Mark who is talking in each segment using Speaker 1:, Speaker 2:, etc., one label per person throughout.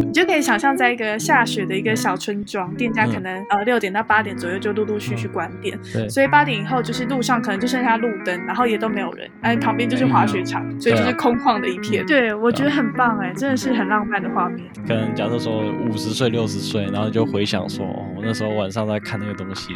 Speaker 1: 你就可以想象，在一个下雪的一个小村庄，店家可能、呃六点到八点左右就陆陆续续关店，
Speaker 2: 对
Speaker 1: 所以八点以后就是路上可能就剩下路灯，然后也都没有人，哎，旁边就是滑雪场，所以就是空旷的一片。嗯对，我觉得很棒哎、真的是很浪漫的画面。
Speaker 2: 可能假设说五十岁、六十岁，然后就回想说，哦，我那时候晚上在看那个东西。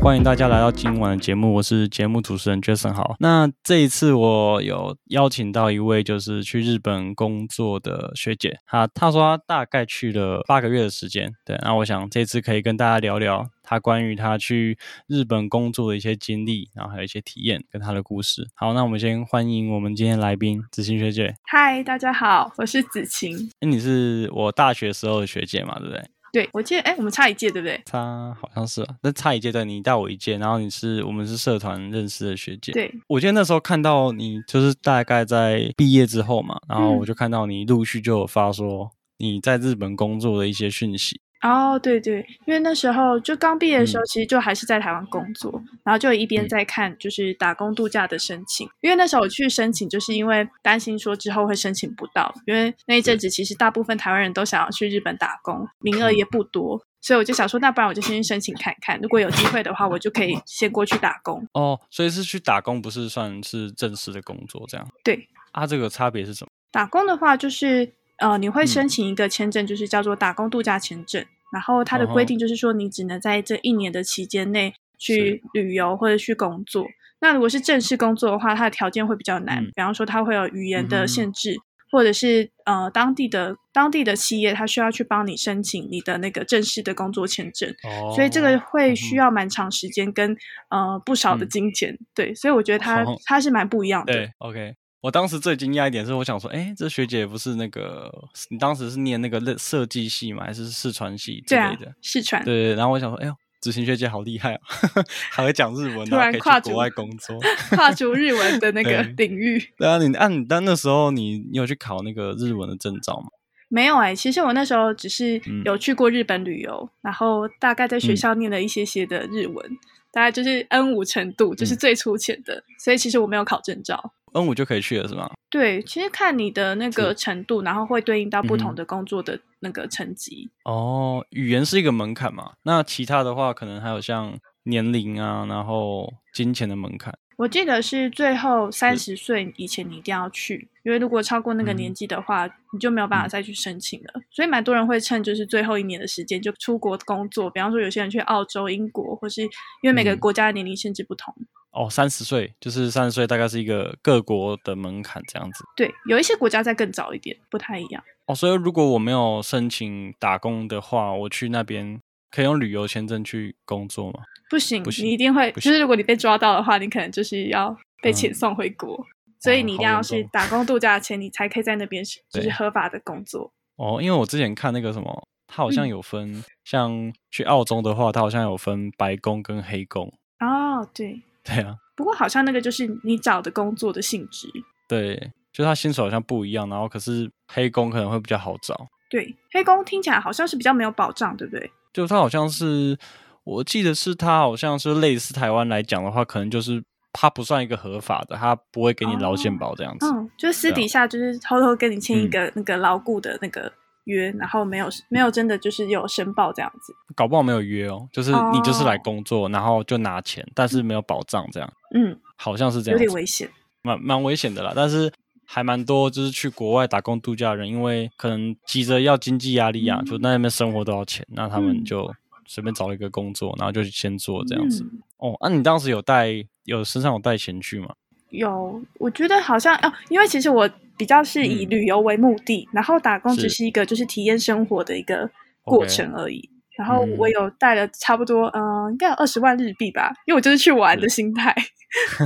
Speaker 2: 欢迎大家来到今晚的节目，我是节目主持人 Jason 好。那这一次我有邀请到一位就是去日本工作的学姐，她她说她大概去了八个月的时间。对，那我想这次可以跟大家聊聊她关于她去日本工作的一些经历，然后还有一些体验跟她的故事。好，那我们先欢迎我们今天的来宾子欣学姐。
Speaker 1: 嗨，大家好，我是子晴。
Speaker 2: 哎，你是我大学时候的学姐嘛，对不对？
Speaker 1: 对，我记得哎、我们差一届对不对？
Speaker 2: 差好像是、啊，那差一届对，你大我一届，然后你是我们是社团认识的学姐。
Speaker 1: 对，
Speaker 2: 我记得那时候看到你，就是大概在毕业之后嘛，然后
Speaker 1: 嗯
Speaker 2: 我就看到你陆续就有发说你在日本工作的一些讯息。
Speaker 1: 哦，对对，因为那时候就刚毕业的时候，
Speaker 2: 嗯
Speaker 1: 其实就还是在台湾工作，然后就一边
Speaker 2: 嗯
Speaker 1: 在看就是打工度假的申请。因为那时候我去申请，就是因为担心说之后会申请不到，因为那一阵子其实大部分台湾人都想要去日本打工，名
Speaker 2: 嗯
Speaker 1: 额也不多，所以我就想说，那不然我就先去申请看看，如果有机会的话，我就可以先过去打工。
Speaker 2: 哦，所以是去打工，不是算是正式的工作这样。
Speaker 1: 对，
Speaker 2: 啊，这个差别是什么？
Speaker 1: 打工的话，就是呃，你
Speaker 2: 嗯
Speaker 1: 会申请一个签证，就是叫做打工度假签证。然后它的
Speaker 2: 哦吼
Speaker 1: 规定就是说，你只能在这一年的期间内去旅游或者去工作。那如果是正式工作的话，它的条件会比较难，
Speaker 2: 嗯
Speaker 1: 比方说它会有语言
Speaker 2: 嗯哼
Speaker 1: 的限制，或者是呃当地的当地的企业，它需要去帮你申请你的那个正式的工作签证。
Speaker 2: 哦，
Speaker 1: 所以这个会
Speaker 2: 嗯
Speaker 1: 需要蛮长时间跟呃不少的
Speaker 2: 嗯
Speaker 1: 金钱，对，所以我觉得它
Speaker 2: 哦吼
Speaker 1: 它是蛮不一样的。
Speaker 2: 对，OK。我当时最惊讶一点是，我想说，哎、这学姐不是那个你当时是念那个类设计系吗？还是视传系之
Speaker 1: 对啊
Speaker 2: 类的？，
Speaker 1: 试传
Speaker 2: 对对，然后我想说，哎呦，执行学姐好厉害哦， 还会讲日文，
Speaker 1: 突
Speaker 2: 然后
Speaker 1: 然
Speaker 2: 可以
Speaker 1: 跨
Speaker 2: 去
Speaker 1: 足
Speaker 2: 国外工作。
Speaker 1: 跨足日文的那个
Speaker 2: 对
Speaker 1: 领域。
Speaker 2: 对啊，你按、啊、你但那时候你你有去考那个日文的证照吗？
Speaker 1: 没有哎、其实我那时候只是
Speaker 2: 嗯
Speaker 1: 有去过日本旅游，然后大概在学校念了一些些的日文，大概就是 N 五程度，就是
Speaker 2: 嗯
Speaker 1: 最粗浅的，所以其实我没有考证照。
Speaker 2: 嗯，我就可以去了是吗？
Speaker 1: 对，其实看你的那个
Speaker 2: 是
Speaker 1: 程度，然后会对应到不
Speaker 2: 嗯哼
Speaker 1: 同的工作的那个层级。
Speaker 2: 哦，语言是一个门槛嘛，那其他的话可能还有像年龄啊，然后金钱的门槛。
Speaker 1: 我记得是最后三十岁以前你一定要去，因为如果超过那个
Speaker 2: 嗯
Speaker 1: 年纪的话，你就没有办法再去申请了。所以蛮多人会趁就是最后一年的时间就出国工作，比方说有些人去澳洲、英国，或是因为每个
Speaker 2: 嗯
Speaker 1: 国家的年龄限制不同，
Speaker 2: 哦，三十岁就是三十岁，大概是一个各国的门槛这样子。
Speaker 1: 对，有一些国家再更早一点，不太一样。
Speaker 2: 哦，所以如果我没有申请打工的话，我去那边可以用旅游签证去工作吗？
Speaker 1: 不行，
Speaker 2: 不行
Speaker 1: 你一定会，
Speaker 2: 不
Speaker 1: 就是如果你被抓到的话，你可能就是要被遣
Speaker 2: 嗯哦
Speaker 1: 送回国。所以你一定
Speaker 2: 好
Speaker 1: 要
Speaker 2: 严
Speaker 1: 是
Speaker 2: 重
Speaker 1: 打工度假前，你才可以在那边是就是
Speaker 2: 对
Speaker 1: 合法的工作。
Speaker 2: 哦，因为我之前看那个什么，它好像
Speaker 1: 嗯
Speaker 2: 有分，像去澳洲的话，它好像有分白宫跟黑宫。
Speaker 1: 哦，对，
Speaker 2: 对啊，
Speaker 1: 不过好像那个就是你找的工作的性质。
Speaker 2: 对，就它薪水好像不一样，然后可是黑宫可能会比较好找。
Speaker 1: 对，黑工听起来好像是比较没有保障，对不对？
Speaker 2: 就它好像是，我记得是它好像是类似台湾来讲的话，可能就是它不算一个合法的，它不会给你劳健
Speaker 1: 哦
Speaker 2: 保这样子。
Speaker 1: 嗯，就是私
Speaker 2: 对啊嗯
Speaker 1: 底下就是偷偷跟你签一个那个牢固的那个约，然后没有没有真的就是有申报这样子。
Speaker 2: 搞不好没有约哦，就是你就是来
Speaker 1: 哦
Speaker 2: 工作，然后就拿钱，但是没有保障这样，
Speaker 1: 嗯，
Speaker 2: 好像是这
Speaker 1: 有
Speaker 2: 样子
Speaker 1: 点。危险。
Speaker 2: 蛮蛮危险的啦，但是还蛮多就是去国外打工度假的人，因为可能急着要经济压力啊，
Speaker 1: 嗯
Speaker 2: 就在那边生活都要钱，那他们
Speaker 1: 嗯
Speaker 2: 就随便找了一个工作，然后就先做这样子。
Speaker 1: 嗯
Speaker 2: 哦，那、你当时有带有身上有带钱去吗？
Speaker 1: 有，我觉得好像哦，因为其实我比较是以
Speaker 2: 嗯
Speaker 1: 旅游为目的，然后打工只
Speaker 2: 是
Speaker 1: 是一个就是体验生活的一个过程而已。然后我
Speaker 2: 嗯
Speaker 1: 有带了差不多，嗯、应该有二十万日币吧，因为我就是去玩的心态。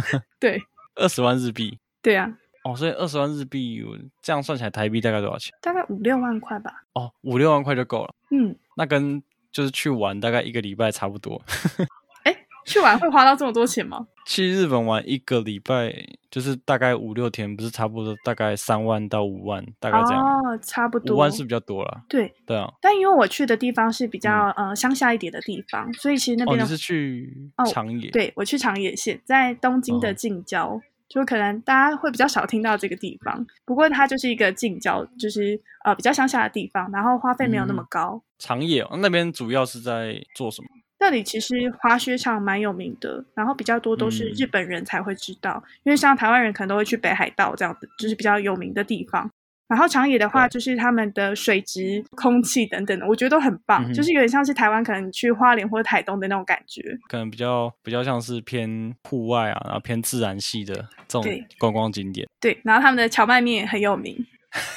Speaker 1: 对
Speaker 2: 二十万日币
Speaker 1: 对啊，
Speaker 2: 哦，所以二十万日币我这样算起来台币大概多少钱？
Speaker 1: 大概五六万块吧。
Speaker 2: 哦，五六万块就够了，
Speaker 1: 嗯，
Speaker 2: 那跟就是去玩大概一个礼拜差不多。
Speaker 1: 哎去玩会花到这么多钱吗？
Speaker 2: 去日本玩一个礼拜，就是大概五六天，不是差不多大概三万到五万，大概这样。
Speaker 1: 哦，差不
Speaker 2: 五
Speaker 1: 多。
Speaker 2: 万是比较多了，
Speaker 1: 对，
Speaker 2: 对啊。
Speaker 1: 但因为我去的地方是比较、呃乡下一点的地方，所以其实那
Speaker 2: 嗯哦，
Speaker 1: 边的、
Speaker 2: 你是去
Speaker 1: 哦
Speaker 2: 长野？，
Speaker 1: 对我去长野县，在东京的
Speaker 2: 哦
Speaker 1: 近郊，就可能大家会比较少听到这个地方。不过它就是一个近郊，就是呃比较乡下的地方，然后花费没有那么
Speaker 2: 嗯
Speaker 1: 高。
Speaker 2: 长野哦那边主要是在做什么？
Speaker 1: 那里其实滑雪场蛮有名的，然后比较多都是
Speaker 2: 嗯
Speaker 1: 日本人才会知道，因为像台湾人可能都会去北海道这样子，就是比较有名的地方。然后长野的话，就是他们的水质、空气等等的，我觉得都很棒，
Speaker 2: 嗯哼
Speaker 1: 就是有点像是台湾可能去花莲或者台东的那种感觉。
Speaker 2: 可能比较比较像是偏户外啊，然后偏自然系的这种
Speaker 1: 对
Speaker 2: 观光景点。
Speaker 1: 对，然后他们的荞麦面也很有名。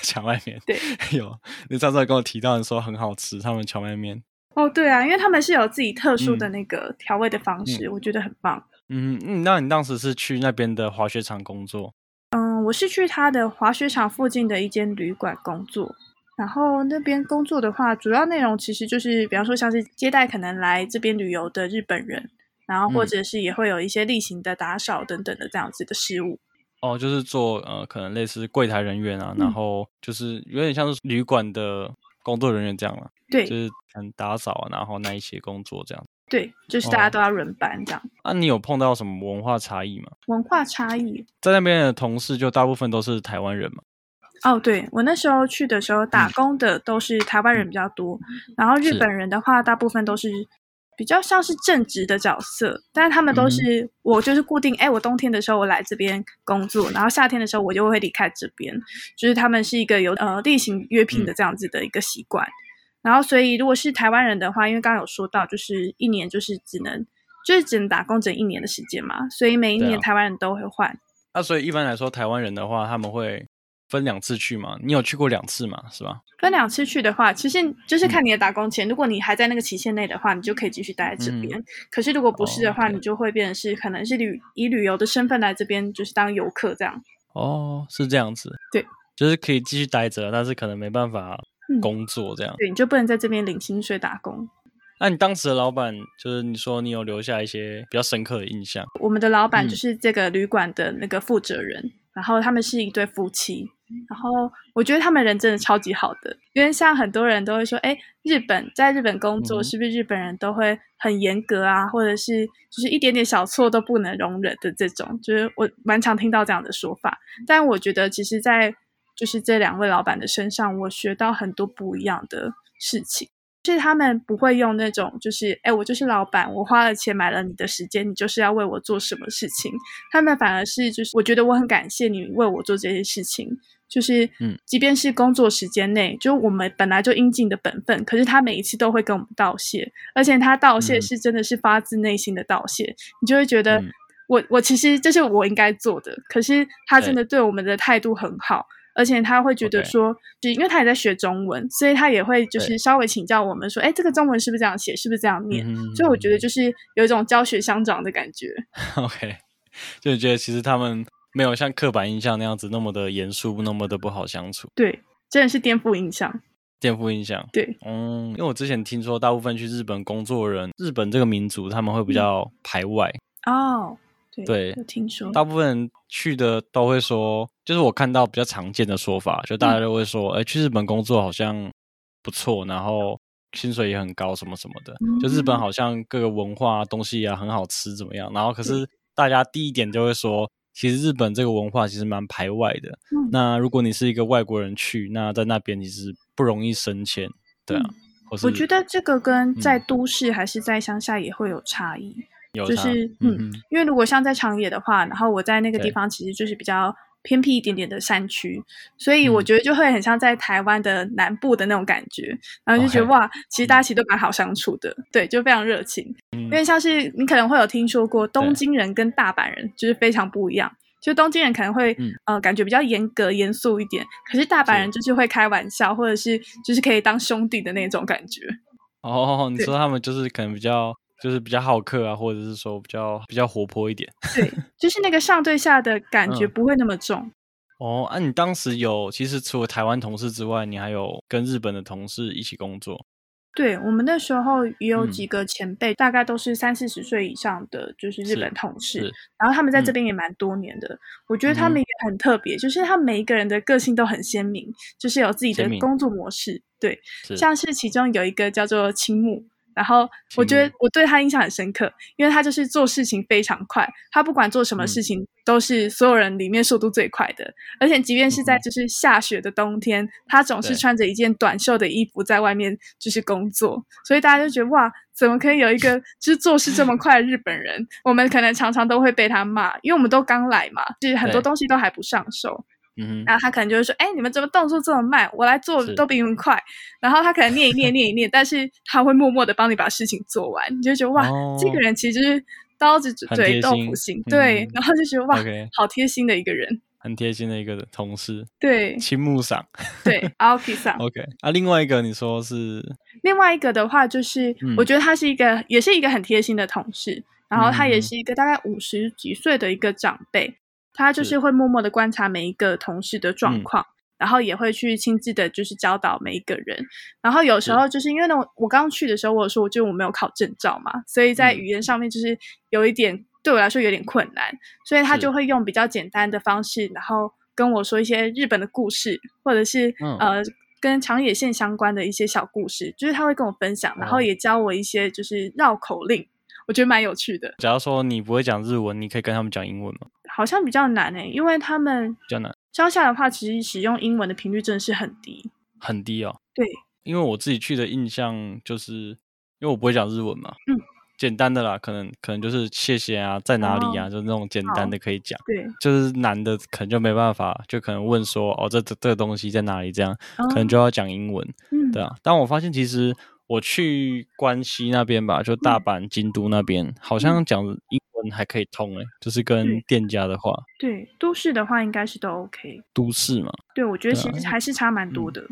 Speaker 2: 荞麦面，
Speaker 1: 对，
Speaker 2: 有你上次有跟我提到，你说很好吃，他们荞麦面。
Speaker 1: 哦，对啊，因为他们是有自己特殊的那个调味的方式，我觉得很棒。
Speaker 2: 嗯嗯，那你当时是去那边的滑雪场工作？
Speaker 1: 嗯，我是去他的滑雪场附近的一间旅馆工作。然后那边工作的话，主要内容其实就是，比方说像是接待可能来这边旅游的日本人，然后或
Speaker 2: 嗯
Speaker 1: 者是也会有一些例行的打扫等等的这样子的事务。
Speaker 2: 哦，就是做呃，可能类似柜台人员啊，然
Speaker 1: 嗯
Speaker 2: 后就是有点像是旅馆的工作人员这样嘛、
Speaker 1: 对、
Speaker 2: 就是可能打扫啊，然后那一些工作这样。
Speaker 1: 对，就是大家
Speaker 2: 哦
Speaker 1: 都要轮班这样。
Speaker 2: 啊，你有碰到什么文化差异吗？
Speaker 1: 文化差异
Speaker 2: 在那边的同事就大部分都是台湾人嘛，
Speaker 1: 哦，对我那时候去的时候，打工的都是台湾人比较多，然后日
Speaker 2: 嗯是
Speaker 1: 本人的话，大部分都是比较像是正职的角色，但是他
Speaker 2: 嗯
Speaker 1: 们都是、我就是固定，哎，我冬天的时候我来这边工作，然后夏天的时候我就会离开这边，就是他们是一个有呃例行约聘
Speaker 2: 嗯
Speaker 1: 的这样子的一个习惯。然后，所以如果是台湾人的话，因为刚刚有说到，就是一年就是只能就是只能打工整一年的时间嘛，所以每一
Speaker 2: 对啊
Speaker 1: 年台湾人都会换。
Speaker 2: 那、所以一般来说，台湾人的话，他们会分两次去嘛。你有去过两次嘛？是吧？
Speaker 1: 分两次去的话，其实就是
Speaker 2: 嗯
Speaker 1: 看你的打工钱。如果你还在那个期限内的话，你就可以继续待在这边。可是如果不是的话，
Speaker 2: 嗯哦，OK
Speaker 1: 你就会变成是可能是旅以旅游的身份来这边，就是当游客这样。
Speaker 2: 哦，是这样子。
Speaker 1: 对，
Speaker 2: 就是可以继续待着，但是可能没办法
Speaker 1: 嗯
Speaker 2: 工作这样。
Speaker 1: 对，你就不能在这边领薪水打工。
Speaker 2: 那、你当时的老板，就是你说你有留下一些比较深刻的印象，
Speaker 1: 我们的老板
Speaker 2: 嗯
Speaker 1: 就是这个旅馆的那个负责人，然后他们是一对夫妻，然后我觉得他们人真的超级好的，因为像很多人都会说，哎，日本在日本工
Speaker 2: 嗯
Speaker 1: 作
Speaker 2: 哼
Speaker 1: 是不是日本人都会很严格啊，或者是就是一点点小错都不能容忍的这种，就是我蛮常听到这样的说法，但我觉得其实在就是这两位老板的身上，我学到很多不一样的事情。就是他们不会用那种，就是哎，诶我就是老板，我花了钱买了你的时间，你就是要为我做什么事情。他们反而是就是，我觉得我很感谢你为我做这些事情。就是，
Speaker 2: 嗯，
Speaker 1: 即便是工作时间内，就我们本来就应尽的本分，可是他每一次都会跟我们道谢，而且他道谢
Speaker 2: 嗯
Speaker 1: 是真的是发自内心的道谢，你就会觉得
Speaker 2: 嗯
Speaker 1: 我我其实这是我应该做的，可是他真的对我们的态度很好，而且他会觉得
Speaker 2: OK
Speaker 1: 说，就因为他也在学中文，所以他也会就
Speaker 2: 对
Speaker 1: 是稍微请教我们说，哎，这个中文是不是这样写，是不是这样念？
Speaker 2: 嗯
Speaker 1: 所以我觉得就是有一种教学相长的感觉。
Speaker 2: OK，就觉得其实他们没有像刻板印象那样子那么的严肃，那么的不好相处，
Speaker 1: 对，真的是颠覆印象。
Speaker 2: 颠覆印象。
Speaker 1: 对，
Speaker 2: 嗯，因为我之前听说，大部分去日本工作的人，日本这个民族他们会比较排外，
Speaker 1: 哦，对，
Speaker 2: 对
Speaker 1: 有听说，
Speaker 2: 大部分人去的都会说，就是我看到比较常见的说法，就大家都会说，哎、去日本工作好像不错，然后薪水也很高，什么什么的。就日本
Speaker 1: 嗯
Speaker 2: 好像各个文化啊东西啊很好吃，怎么样？然后可是大家第一点就会说，其实日本这个文化其实蛮排外的。
Speaker 1: 嗯
Speaker 2: 那如果你是一个外国人去，那在那边其实不容易升迁，对啊。
Speaker 1: 嗯
Speaker 2: 或是
Speaker 1: 我觉得这个跟在
Speaker 2: 嗯
Speaker 1: 都市还是在乡下也会有差异。
Speaker 2: 有
Speaker 1: 就
Speaker 2: 差
Speaker 1: 是
Speaker 2: 嗯
Speaker 1: 嗯
Speaker 2: 哼
Speaker 1: 因为如果像在长野的话，然后我在那个地
Speaker 2: 对
Speaker 1: 方其实就是比较偏僻一点点的山区，所以我
Speaker 2: 嗯
Speaker 1: 觉得就会很像在台湾的南部的那种感觉，然后就觉得
Speaker 2: OK
Speaker 1: 哇，其实大家其实都蛮好相处的，对，就非常热情。
Speaker 2: 嗯
Speaker 1: 因为像是你可能会有听说过东京人跟大阪人就是非常不一样。就东京人可能会、
Speaker 2: 嗯
Speaker 1: 呃感觉比较严格严肃一点，可是大阪
Speaker 2: 是
Speaker 1: 人就是会开玩笑，或者是就是可以当兄弟的那种感觉。
Speaker 2: 哦，你
Speaker 1: 对
Speaker 2: 说他们就是可能比较就是比较好客啊，或者是说比较比较活泼一点。
Speaker 1: 对，就是那个上对下的感觉
Speaker 2: 嗯
Speaker 1: 不会那么重。
Speaker 2: 哦，啊，你当时有其实除了台湾同事之外，你还有跟日本的同事一起工作
Speaker 1: 对我们那时候也有
Speaker 2: 嗯
Speaker 1: 几个前辈，大概都是三四十岁以上的，就是日
Speaker 2: 是
Speaker 1: 本同事
Speaker 2: 是，
Speaker 1: 然后他们在这
Speaker 2: 嗯
Speaker 1: 边也蛮多年的。我觉得他
Speaker 2: 嗯哼
Speaker 1: 们也很特别，就是他们每一个人的个性都很鲜明，就是有自己的
Speaker 2: 鲜明
Speaker 1: 工作模式。对，
Speaker 2: 是
Speaker 1: 像是其中有一个叫做青木，然后我
Speaker 2: 青
Speaker 1: 觉得
Speaker 2: 木
Speaker 1: 我对他印象很深刻，因为他就是做事情非常快，他不管做什么
Speaker 2: 嗯
Speaker 1: 事情、都是所有人里面速度最快的，而且即便是在
Speaker 2: 嗯
Speaker 1: 就是下雪的冬天，他总是
Speaker 2: 对
Speaker 1: 穿着一件短袖的衣服在外面就是工作，所以大家就觉得哇，怎么可以有一个就是做事这么快的日本人？我们可能常常都会被他骂，因为我们都刚来嘛，就是很多
Speaker 2: 对
Speaker 1: 东西都还不上手。
Speaker 2: 嗯哼，
Speaker 1: 然后他可能就会说：“哎，你们怎么动作这么慢？我来做
Speaker 2: 是
Speaker 1: 都比你们快。”然后他可能念一念，念一念，但是他会默默的帮你把事情做完，你就觉得哇，这
Speaker 2: 哦
Speaker 1: 个人其实就是刀子
Speaker 2: 很
Speaker 1: 嘴
Speaker 2: 贴
Speaker 1: 豆腐
Speaker 2: 心
Speaker 1: 心，对
Speaker 2: 嗯，
Speaker 1: 然后就觉得哇
Speaker 2: OK
Speaker 1: 好贴心的一个人，
Speaker 2: 很贴心的一个同事，
Speaker 1: 对
Speaker 2: 青木赏。
Speaker 1: 对，Aoki 桑。
Speaker 2: OK，啊，另外一个你说是
Speaker 1: 另外一个的话，就是、
Speaker 2: 嗯
Speaker 1: 我觉得他是一个，也是一个很贴心的同事，然后他也
Speaker 2: 嗯
Speaker 1: 是一个大概五十几岁的一个长辈，他就是
Speaker 2: 是
Speaker 1: 会默默的观察每一个同事的状
Speaker 2: 嗯
Speaker 1: 况。然后也会去亲自的，就是教导每一个人。然后有时候就是因为呢，我我刚去的时候，我有说我就我没有考证照嘛，所以在
Speaker 2: 嗯
Speaker 1: 语言上面就是有一点对我来说有点困难，所以他
Speaker 2: 是
Speaker 1: 就会用比较简单的方式，然后跟我说一些日本的故事，或者是、
Speaker 2: 嗯
Speaker 1: 呃跟长野县相关的一些小故事，就是他会跟我分享，然后
Speaker 2: 哦
Speaker 1: 也教我一些就是绕口令，我觉得蛮有趣的，
Speaker 2: 假如说你不会讲日文，你可以跟他们讲英文吗？
Speaker 1: 好像比较难诶、因为他们
Speaker 2: 比较难，
Speaker 1: 乡下的话，其实使用英文的频率真的是很低。
Speaker 2: 很低哦。
Speaker 1: 对，
Speaker 2: 因为我自己去的印象就是，因为我不会讲日文嘛，
Speaker 1: 嗯，
Speaker 2: 简单的啦，可能可能就是谢谢啊，在哪里
Speaker 1: 哦
Speaker 2: 啊，就那种简单的可以讲。
Speaker 1: 对，
Speaker 2: 就是难的可能就没办法，就可能问说哦，这这这个东西在哪里？这样可能
Speaker 1: 嗯
Speaker 2: 就要讲英文，
Speaker 1: 嗯，
Speaker 2: 对啊。但我发现其实我去关西那边吧，就大
Speaker 1: 嗯
Speaker 2: 阪、京都那边，好像讲英文还可以通诶、就是跟
Speaker 1: 对
Speaker 2: 店家的话，
Speaker 1: 对，都市的话应该是都 OK。
Speaker 2: 都市嘛，
Speaker 1: 对，我觉得
Speaker 2: 对啊
Speaker 1: 其实还是差蛮多的。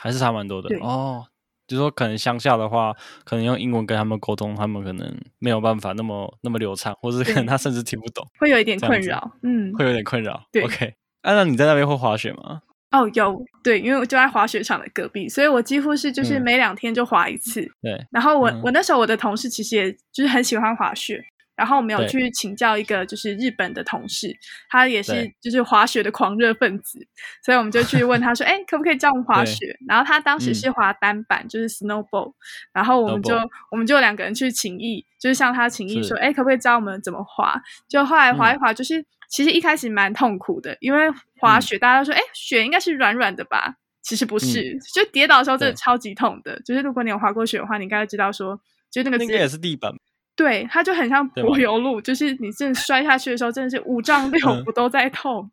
Speaker 2: 还是差蛮多的
Speaker 1: 对
Speaker 2: 哦。就说可能乡下的话，可能用英文跟他们沟通，他们可能没有办法那么那么流畅，或是可能
Speaker 1: 对
Speaker 2: 他甚至听不懂，
Speaker 1: 会有一点
Speaker 2: 这样
Speaker 1: 困
Speaker 2: 子
Speaker 1: 扰，嗯，
Speaker 2: 会有点困扰。
Speaker 1: 对
Speaker 2: OK，啊，那你在那边会滑雪吗？
Speaker 1: 哦，有对，因为我就在滑雪场的隔壁，所以我几乎是就是
Speaker 2: 嗯
Speaker 1: 每两天就滑一次，
Speaker 2: 对，
Speaker 1: 然后我、
Speaker 2: 嗯
Speaker 1: 我那时候我的同事其实也就是很喜欢滑雪，然后我们有
Speaker 2: 对
Speaker 1: 去请教一个就是日本的同事，他也是
Speaker 2: 对
Speaker 1: 就是滑雪的狂热分子，所以我们就去问他说，哎、可不可以教我们滑
Speaker 2: 对
Speaker 1: 雪？然后他当时
Speaker 2: 嗯
Speaker 1: 是滑单板，就是 snowboard，然后我们就
Speaker 2: Snowboard
Speaker 1: 我们就两个人去请意，就是向他请意
Speaker 2: 是
Speaker 1: 说，哎、可不可以教我们怎么滑？就后来滑一滑，就是、其实一开始蛮痛苦的，因为滑
Speaker 2: 嗯
Speaker 1: 雪大家都说，哎、雪应该是软软的吧？其实不是，就跌倒的时候真的
Speaker 2: 嗯对
Speaker 1: 超级痛的。就是如果你有滑过雪的话，你应该知道说，就那个
Speaker 2: 那
Speaker 1: 姿
Speaker 2: 个也是地板
Speaker 1: 对，它就很像
Speaker 2: 对吧
Speaker 1: 柏油路，就是你真的摔下去的时候，真的是五脏六
Speaker 2: 嗯
Speaker 1: 腑都在痛。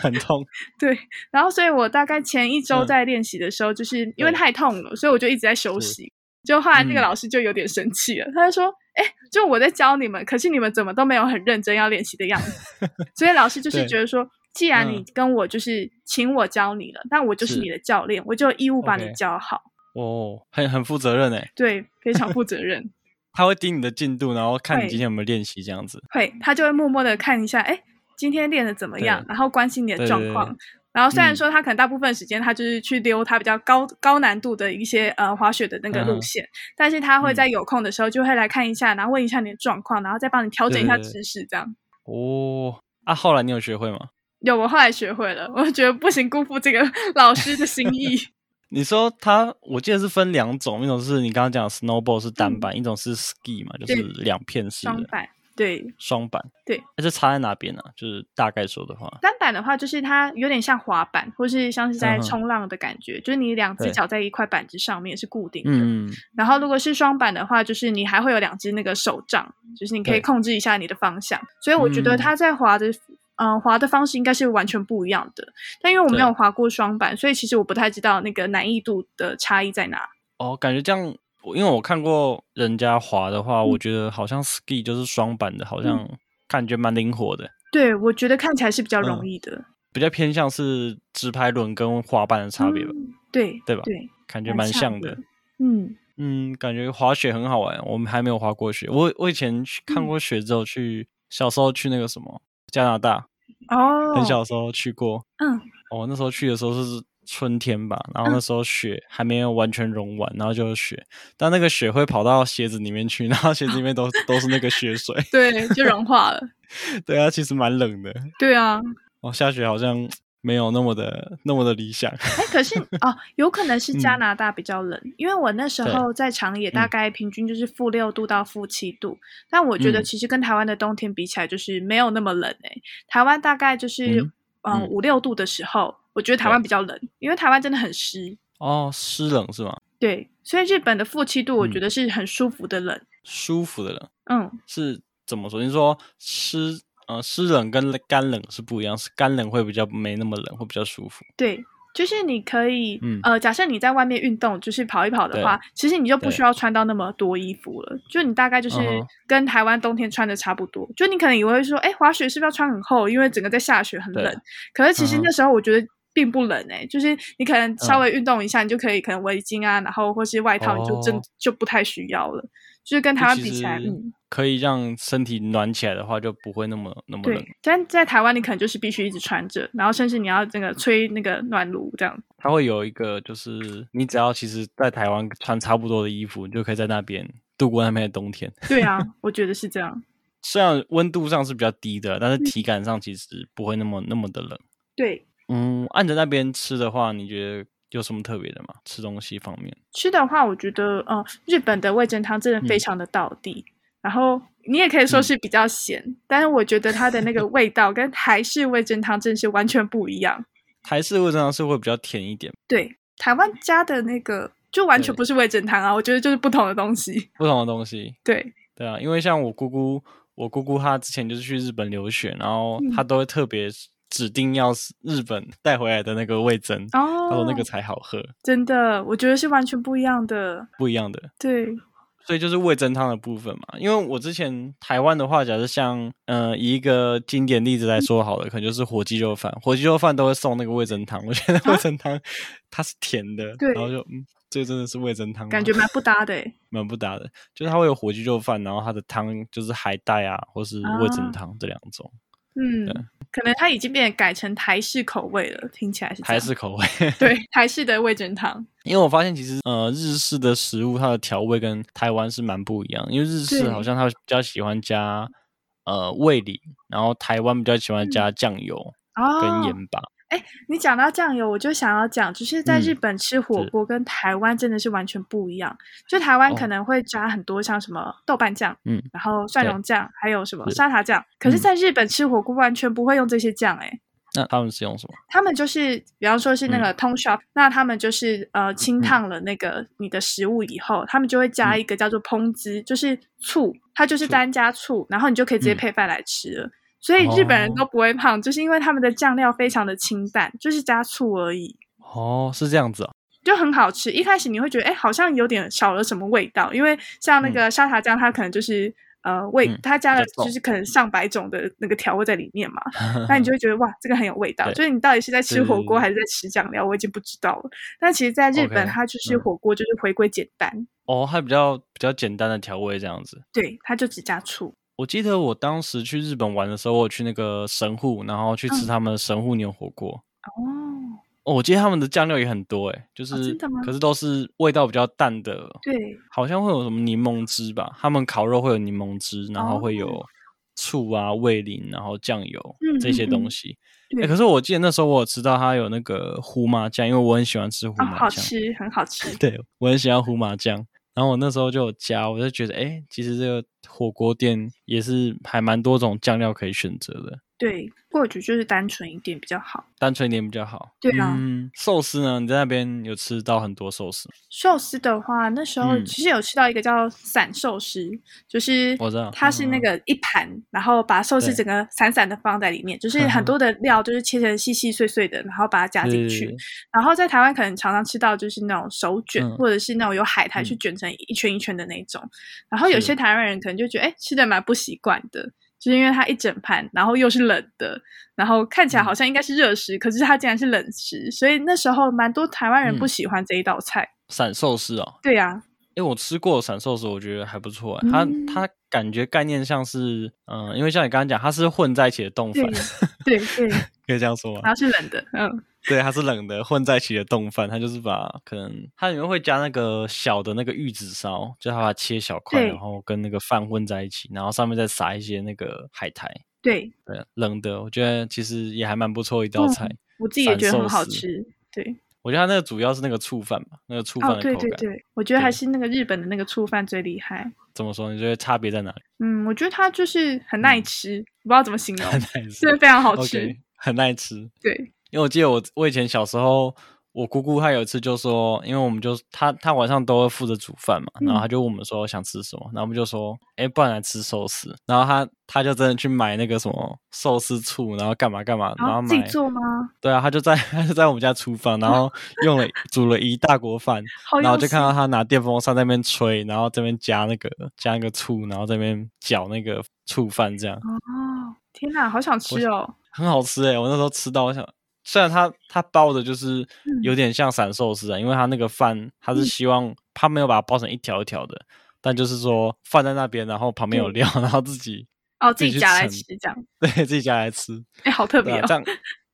Speaker 2: 很痛，
Speaker 1: 对，然后所以我大概前一周
Speaker 2: 嗯
Speaker 1: 在练习的时候，就是因为
Speaker 2: 对
Speaker 1: 太痛了，所以我就一直在休
Speaker 2: 是
Speaker 1: 息。就后来那个
Speaker 2: 嗯
Speaker 1: 老师就有点生气了，他就说：“哎，就我在教你们，可是你们怎么都没有很认真要练习的样子。” 所以老师就是
Speaker 2: 对
Speaker 1: 觉得说，既然你
Speaker 2: 嗯
Speaker 1: 跟我就是请我教你了，那我就是
Speaker 2: 是
Speaker 1: 你的教练，我就有义务把你
Speaker 2: OK
Speaker 1: 教好。
Speaker 2: 哦，很很负责任诶。欸
Speaker 1: 对，非常负责任。
Speaker 2: 他会盯你的进度，然后看
Speaker 1: 会
Speaker 2: 你今天有没有练习这样子。
Speaker 1: 会，他就会默默的看一下，哎，今天练的怎么样，
Speaker 2: 对
Speaker 1: 然后关心你的
Speaker 2: 对对
Speaker 1: 状
Speaker 2: 对
Speaker 1: 况。然后虽然
Speaker 2: 嗯
Speaker 1: 说他可能大部分时间他就是去溜他比较高高难度的一些呃滑雪的那个
Speaker 2: 嗯
Speaker 1: 路
Speaker 2: 哼
Speaker 1: 线，但是他会
Speaker 2: 嗯
Speaker 1: 在有空的时候就会来看一下，然后问一下你的状况，然后再帮你调整一
Speaker 2: 对
Speaker 1: 下
Speaker 2: 对对
Speaker 1: 姿势，这样。
Speaker 2: 哦，啊，后来你有学会吗？
Speaker 1: 有，我后来学会了，我觉得不行，辜负这个 老师的心 意。
Speaker 2: 你说它，我记得是分两种，一种是你刚刚讲的 snowboard 是单板，一种是 ski 嘛，就是
Speaker 1: 嗯对
Speaker 2: 两片式
Speaker 1: 双
Speaker 2: 的
Speaker 1: 板，对，
Speaker 2: 双板。
Speaker 1: 对
Speaker 2: 啊，这差在哪边呢、就是大概说的话，
Speaker 1: 单板的话就是它有点像滑板，或是像是在
Speaker 2: 嗯哼
Speaker 1: 冲浪的感觉，就是你两只
Speaker 2: 对
Speaker 1: 脚在一块板子上面是固定的。
Speaker 2: 嗯，嗯
Speaker 1: 然后如果是双板的话，就是你还会有两只那个手杖，就是你可以
Speaker 2: 对
Speaker 1: 控制一下你的方向。所以我觉得
Speaker 2: 嗯
Speaker 1: 它在滑的，嗯、滑的方式应该是完全不一样的。但因为我没
Speaker 2: 对
Speaker 1: 有滑过双板，所以其实我不太知道那个难易度的差异在哪。
Speaker 2: 哦，感觉这样，我因为我看过人家滑的话，
Speaker 1: 嗯
Speaker 2: 我觉得好像 ski 就是双板的，好像感觉蛮灵活的，
Speaker 1: 对，我觉得看起来是比较容
Speaker 2: 嗯
Speaker 1: 易的。
Speaker 2: 比较偏向是直排轮跟滑板的差别吧，
Speaker 1: 嗯对
Speaker 2: 对吧
Speaker 1: 对，
Speaker 2: 感觉
Speaker 1: 蛮
Speaker 2: 蛮
Speaker 1: 像
Speaker 2: 像
Speaker 1: 的
Speaker 2: 的。
Speaker 1: 嗯
Speaker 2: 嗯，感觉滑雪很好玩，我们还没有滑过雪。我我以前去看
Speaker 1: 嗯
Speaker 2: 过雪之后去，小时候去那个什么加拿大，
Speaker 1: 哦，
Speaker 2: 很小的时候去过。
Speaker 1: 嗯
Speaker 2: 哦，那时候去的时候是春天吧，然后
Speaker 1: 嗯
Speaker 2: 那时候雪还没有完全融完，然后就有雪，但那个雪会跑到鞋子里面去，然后鞋子里 面都都是那个雪水。
Speaker 1: 对，就融化了。
Speaker 2: 对啊，其实蛮冷的。
Speaker 1: 对啊，
Speaker 2: 哦，下雪好像没有那么的那么的理想。
Speaker 1: 哎，可是哦，有可能是
Speaker 2: 嗯
Speaker 1: 加拿大比较冷，因为我那时候在长野，大概平均就是负六度到负七度，但我觉得
Speaker 2: 嗯
Speaker 1: 其实跟台湾的冬天比起来，就是没有那么冷诶、台湾大概就是
Speaker 2: 嗯
Speaker 1: 嗯
Speaker 2: 嗯
Speaker 1: 五六度的时候，我觉得台湾
Speaker 2: 对
Speaker 1: 比较冷，因为台湾真的很湿。
Speaker 2: 哦，湿冷是吗？
Speaker 1: 对，所以日本的负七度，我
Speaker 2: 嗯
Speaker 1: 觉得是很舒服的冷。
Speaker 2: 舒服的冷
Speaker 1: 嗯，
Speaker 2: 是怎么说？你说湿呃湿冷跟干冷是不一样，是干冷会比较没那么冷，会比较舒服。
Speaker 1: 对，就是你可以，
Speaker 2: 嗯
Speaker 1: 呃，假设你在外面运动，就是跑一跑的话，其实你就不需要穿到那么多衣服了，就你大概就是
Speaker 2: 嗯哼
Speaker 1: 跟台湾冬天穿的差不多。就你可能以为说，哎，滑雪是不是要穿很厚？因为整个在下雪很
Speaker 2: 对
Speaker 1: 冷。可是其实
Speaker 2: 嗯哼嗯
Speaker 1: 那时候我觉得。并不冷哎、就是你可能稍微运动一下，你就可以可能围巾啊，然后或是外套，你就真、
Speaker 2: 哦
Speaker 1: 就不太需要了。就是跟台湾比起来，
Speaker 2: 其实
Speaker 1: 嗯，
Speaker 2: 可以让身体暖起来的话，就不会那么那么冷
Speaker 1: 对。。但在台湾，你可能就是必须一直穿着，然后甚至你要那个吹那个暖炉这样。
Speaker 2: 它会有一个，就是你只要其实在台湾穿差不多的衣服，你就可以在那边度过那边的冬天。
Speaker 1: 对啊，我觉得是这样。
Speaker 2: 虽然温度上是比较低的，但是体感上其实不会那么那么的冷。
Speaker 1: 对，
Speaker 2: 嗯，按着那边吃的话，你觉得有什么特别的吗？吃东西方面，
Speaker 1: 吃的话，我觉得呃，日本的味噌汤真的非
Speaker 2: 嗯
Speaker 1: 常的道地。然后你也可以说是比较咸，但是我觉得它的那个味道跟台式味噌汤真的是完全不一样。
Speaker 2: 台式味噌汤是会比较甜一点，
Speaker 1: 对，台湾家的那个就完全
Speaker 2: 对
Speaker 1: 不是味噌汤啊，我觉得就是不同的东西。
Speaker 2: 不同的东西。
Speaker 1: 对，
Speaker 2: 对啊，因为像我姑姑，我姑姑她之前就是去日本留学，然后她都会特别指定要是日本带回来的那个味噌，她说
Speaker 1: 哦，
Speaker 2: 那个才好喝，
Speaker 1: 真的，我觉得是完全不一样的。
Speaker 2: 不一样的。
Speaker 1: 对，
Speaker 2: 嗯所以就是味噌汤的部分嘛。因为我之前台湾的话，假设像呃以一个经典例子来说好了，可能就是火鸡肉饭，火鸡肉饭都会送那个味噌汤。我觉得味噌汤它是甜的，
Speaker 1: 啊对
Speaker 2: 然后就嗯，这真的是味噌汤吗，
Speaker 1: 感觉蛮不搭的欸 诶。
Speaker 2: 蛮不搭的。就是它会有火鸡肉饭，然后它的汤就是海带啊，或是味
Speaker 1: 啊
Speaker 2: 噌汤这两种
Speaker 1: 嗯
Speaker 2: 对，
Speaker 1: 可能它已经变改成台式口味了，听起来是这
Speaker 2: 台
Speaker 1: 样
Speaker 2: 式口味。
Speaker 1: 对台式的味噌汤。
Speaker 2: 因为我发现其实呃日式的食物它的调味跟台湾是蛮不一样，因为日式
Speaker 1: 对
Speaker 2: 好像它比较喜欢加呃味淋，然后台湾比较喜欢加酱油跟
Speaker 1: 嗯哦，
Speaker 2: 盐巴。
Speaker 1: 你讲到酱油，我就想要讲，就是在日
Speaker 2: 嗯
Speaker 1: 本吃火
Speaker 2: 是
Speaker 1: 锅跟台湾真的是完全不一样。就台湾可
Speaker 2: 哦
Speaker 1: 能会加很多像什么豆瓣酱，
Speaker 2: 嗯，
Speaker 1: 然后蒜
Speaker 2: 对
Speaker 1: 蓉酱，还有什么
Speaker 2: 是
Speaker 1: 沙茶酱。可是，
Speaker 2: 嗯
Speaker 1: 在日本吃火锅完全不会用这些酱、欸，
Speaker 2: 那他们是用什么？
Speaker 1: 他们就是，比方说是那
Speaker 2: 嗯
Speaker 1: 个通 shop，、那他们就是呃清烫了那个你的食物以后，他们就会加
Speaker 2: 嗯
Speaker 1: 一个叫做烹汁，就是醋，它就是单加醋，然后你就可以直接
Speaker 2: 嗯哦
Speaker 1: 配饭来吃了。所以日本人都不会胖，就是因为他们的酱料非常的清淡，就是加醋而已，
Speaker 2: 哦，是这样子啊。
Speaker 1: 就很好吃。一开始你会觉得，哎，好像有点少了什么味道，因为像那个沙茶酱，它可能就是。呃，味
Speaker 2: 嗯
Speaker 1: 它加了
Speaker 2: 比较重
Speaker 1: 就是可能上百种的那个调味在里面 嘛，那你就会觉得哇，这个很有味道。
Speaker 2: 对
Speaker 1: 就是你到底是在吃
Speaker 2: 对
Speaker 1: 火
Speaker 2: 对
Speaker 1: 锅
Speaker 2: 对
Speaker 1: 还是在吃酱料，我已经不知道了。但其实，在日本
Speaker 2: OK，
Speaker 1: 它就是
Speaker 2: 嗯
Speaker 1: 火锅就是回归简单，
Speaker 2: 哦，它比较比较简单的调味这样子。
Speaker 1: 对，它就只加醋。
Speaker 2: 我记得我当时去日本玩的时候，我有去那个神户，然后去
Speaker 1: 嗯
Speaker 2: 吃他们的神户牛火锅。
Speaker 1: 哦，
Speaker 2: 哦，我记得他们的酱料也很多诶、欸就是、
Speaker 1: 真的吗
Speaker 2: 可是都是味道比较淡的
Speaker 1: 对，
Speaker 2: 好像会有什么柠檬汁吧？他们烤肉会有柠檬汁，然后会有醋啊、味淋，然后酱油
Speaker 1: 哦嗯
Speaker 2: 这些
Speaker 1: 嗯
Speaker 2: 东西。
Speaker 1: 对
Speaker 2: 诶可是我记得那时候我有吃到它有那个胡麻酱，因为我很喜欢吃胡
Speaker 1: 啊、
Speaker 2: 麻
Speaker 1: 好
Speaker 2: 酱，
Speaker 1: 吃，很好吃。
Speaker 2: 对我很喜欢胡麻酱。然后我那时候就有加，我就觉得，诶，其实这个火锅店也是还蛮多种酱料可以选择的，
Speaker 1: 对，不过我觉得就是单纯一点比较好。
Speaker 2: 单纯一点比较好。
Speaker 1: 对啊
Speaker 2: 嗯，寿司呢？你在那边有吃到很多寿司？
Speaker 1: 寿司的话，那时候
Speaker 2: 嗯
Speaker 1: 其实有吃到一个叫散寿司，就是
Speaker 2: 我知道
Speaker 1: 它是那
Speaker 2: 嗯嗯
Speaker 1: 个一盘，然后把寿司
Speaker 2: 对
Speaker 1: 整个散散的放在里面，就是
Speaker 2: 嗯
Speaker 1: 很
Speaker 2: 哼
Speaker 1: 多的料就是切成细细碎碎的，然后把它加进去。
Speaker 2: 对
Speaker 1: 然后在台湾可能常常吃到就是那种手卷，
Speaker 2: 嗯
Speaker 1: 或者是那种有海苔去
Speaker 2: 嗯
Speaker 1: 卷成一圈一圈的那种。然后有
Speaker 2: 是
Speaker 1: 些台湾人可能就觉得，哎，吃的蛮不习惯的，就是因为它一整盘，然后又是冷的，然后看起来
Speaker 2: 嗯
Speaker 1: 好像应该是热食，可是它竟然是冷食，所以那时候蛮多台湾人不
Speaker 2: 嗯
Speaker 1: 喜欢这一道菜。
Speaker 2: 散寿司哦，
Speaker 1: 对啊呀、
Speaker 2: 因为我吃过闪寿司，我觉得还不错、欸。它
Speaker 1: 嗯
Speaker 2: 它感觉概念像是，嗯、因为像你刚刚讲，它是混在一起的冻
Speaker 1: 对
Speaker 2: 粉，
Speaker 1: 对对，
Speaker 2: 可以这样说
Speaker 1: 然
Speaker 2: 吗？
Speaker 1: 后是冷的，嗯，
Speaker 2: 对，它是冷的混在一起的冻饭，它就是把可能它里面会加那个小的那个玉子烧，就它把它切小块，
Speaker 1: 对
Speaker 2: 然后跟那个饭混在一起，然后上面再撒一些那个海苔。
Speaker 1: 对
Speaker 2: 对，冷的，我觉得其实也还蛮不错一道菜。
Speaker 1: 我自己也觉得
Speaker 2: 散
Speaker 1: 很好
Speaker 2: 寿司
Speaker 1: 吃。对，
Speaker 2: 我觉得它那个主要是那个醋饭嘛，那个醋饭
Speaker 1: 哦，
Speaker 2: 的口
Speaker 1: 对
Speaker 2: 感。
Speaker 1: 对对，我觉得还
Speaker 2: 对
Speaker 1: 是那个日本的那个醋饭最厉害。
Speaker 2: 怎么说？你觉得差别在哪里？
Speaker 1: 嗯，我觉得它就是很耐吃，我不知道怎么形容，
Speaker 2: 嗯很耐吃
Speaker 1: 真的非常好吃。
Speaker 2: ，OK，很耐吃。
Speaker 1: 对，
Speaker 2: 因为我记得我我以前小时候，我姑姑她有一次就说，因为我们就她她晚上都会负责煮饭嘛，
Speaker 1: 嗯
Speaker 2: 然后她就问我们说想吃什么，然后我们就说，哎，不然来吃寿司。然后她她就真的去买那个什么寿司醋，然后干嘛干嘛，然后
Speaker 1: 哦自己
Speaker 2: 买，
Speaker 1: 做吗？
Speaker 2: 对啊，她就在她就在我们家厨房，然后 用了煮了一大锅饭，
Speaker 1: 好
Speaker 2: 然
Speaker 1: 用
Speaker 2: 后我就
Speaker 1: 心
Speaker 2: 看。到她拿电风扇在那边吹，然后这边加那个加那个醋，然后这边搅那个醋饭这样。
Speaker 1: 哦，天哪，好想吃哦！
Speaker 2: 很好吃哎、我那时候吃到，我想虽然它它包的就是
Speaker 1: 嗯
Speaker 2: 有点像散寿司啊，因为它那个饭它是希望它没有把它包成一条一条的，但就是说放在那边，然后旁边有
Speaker 1: 嗯
Speaker 2: 料， 然后自己
Speaker 1: 哦，自
Speaker 2: 自己
Speaker 1: 己
Speaker 2: 去
Speaker 1: 夹来
Speaker 2: 盛
Speaker 1: 吃这样，
Speaker 2: 对自己夹来吃，
Speaker 1: 哎，好特
Speaker 2: 对
Speaker 1: 别
Speaker 2: 啊，
Speaker 1: 哦
Speaker 2: 这。样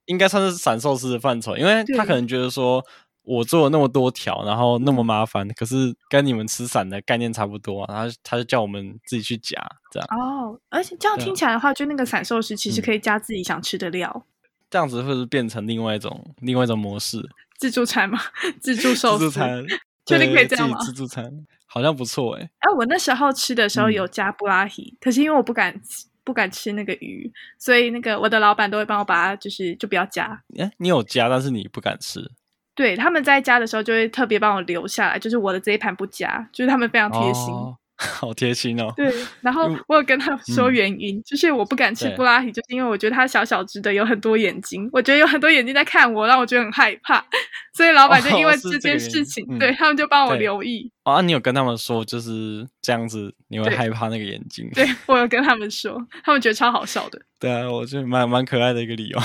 Speaker 2: 应该算是散寿司的范畴，因为他
Speaker 1: 对嗯
Speaker 2: 可能觉得说。我做了那么多条，然后那么麻烦，可是跟你们吃散的概念差不多啊。然后他就叫我们自己去夹，这样
Speaker 1: 哦，而且这样
Speaker 2: 对啊
Speaker 1: 听起来的话，就那个散寿司其实
Speaker 2: 嗯
Speaker 1: 可以加自己想吃的料，
Speaker 2: 这样子会不会变成另外一种另外一种模式？啊
Speaker 1: 自助餐嘛， 自助寿
Speaker 2: 自助
Speaker 1: 司。
Speaker 2: 餐，
Speaker 1: 确定可以这
Speaker 2: 对
Speaker 1: 样吗
Speaker 2: 自己自助餐好像不错哎、
Speaker 1: 哎、我那时候吃的时候
Speaker 2: 嗯
Speaker 1: 有加布拉提，可是因为我不敢吃不敢吃那个鱼，所以那个我的老板都会帮我把它就是就不要加。
Speaker 2: 诶你有加，但是你不敢吃，
Speaker 1: 对，他们在加的时候就会特别帮我留下来，就是我的这一盘不加，就是他们非常贴心。
Speaker 2: 哦、 好贴心哦。
Speaker 1: 对，然后
Speaker 2: 因为
Speaker 1: 我有跟他们说
Speaker 2: 嗯
Speaker 1: 原因，就是我不敢吃
Speaker 2: 对
Speaker 1: 布拉提，就是因为我觉得它小小只的，有很多眼睛，我觉得有很多眼睛在看我，让我觉得很害怕，所以老板就
Speaker 2: 哦
Speaker 1: 因为
Speaker 2: 是
Speaker 1: 这
Speaker 2: 这个
Speaker 1: 件
Speaker 2: 原因
Speaker 1: 事情，
Speaker 2: 嗯
Speaker 1: 对他们就帮我
Speaker 2: 对
Speaker 1: 留意。
Speaker 2: 哦，啊、你有跟他们说就是这样子，你会
Speaker 1: 对
Speaker 2: 害怕那个眼睛？
Speaker 1: 对我有跟他们说，他们觉得超好笑的，
Speaker 2: 对啊，我觉得蛮蛮可爱的一个 理由。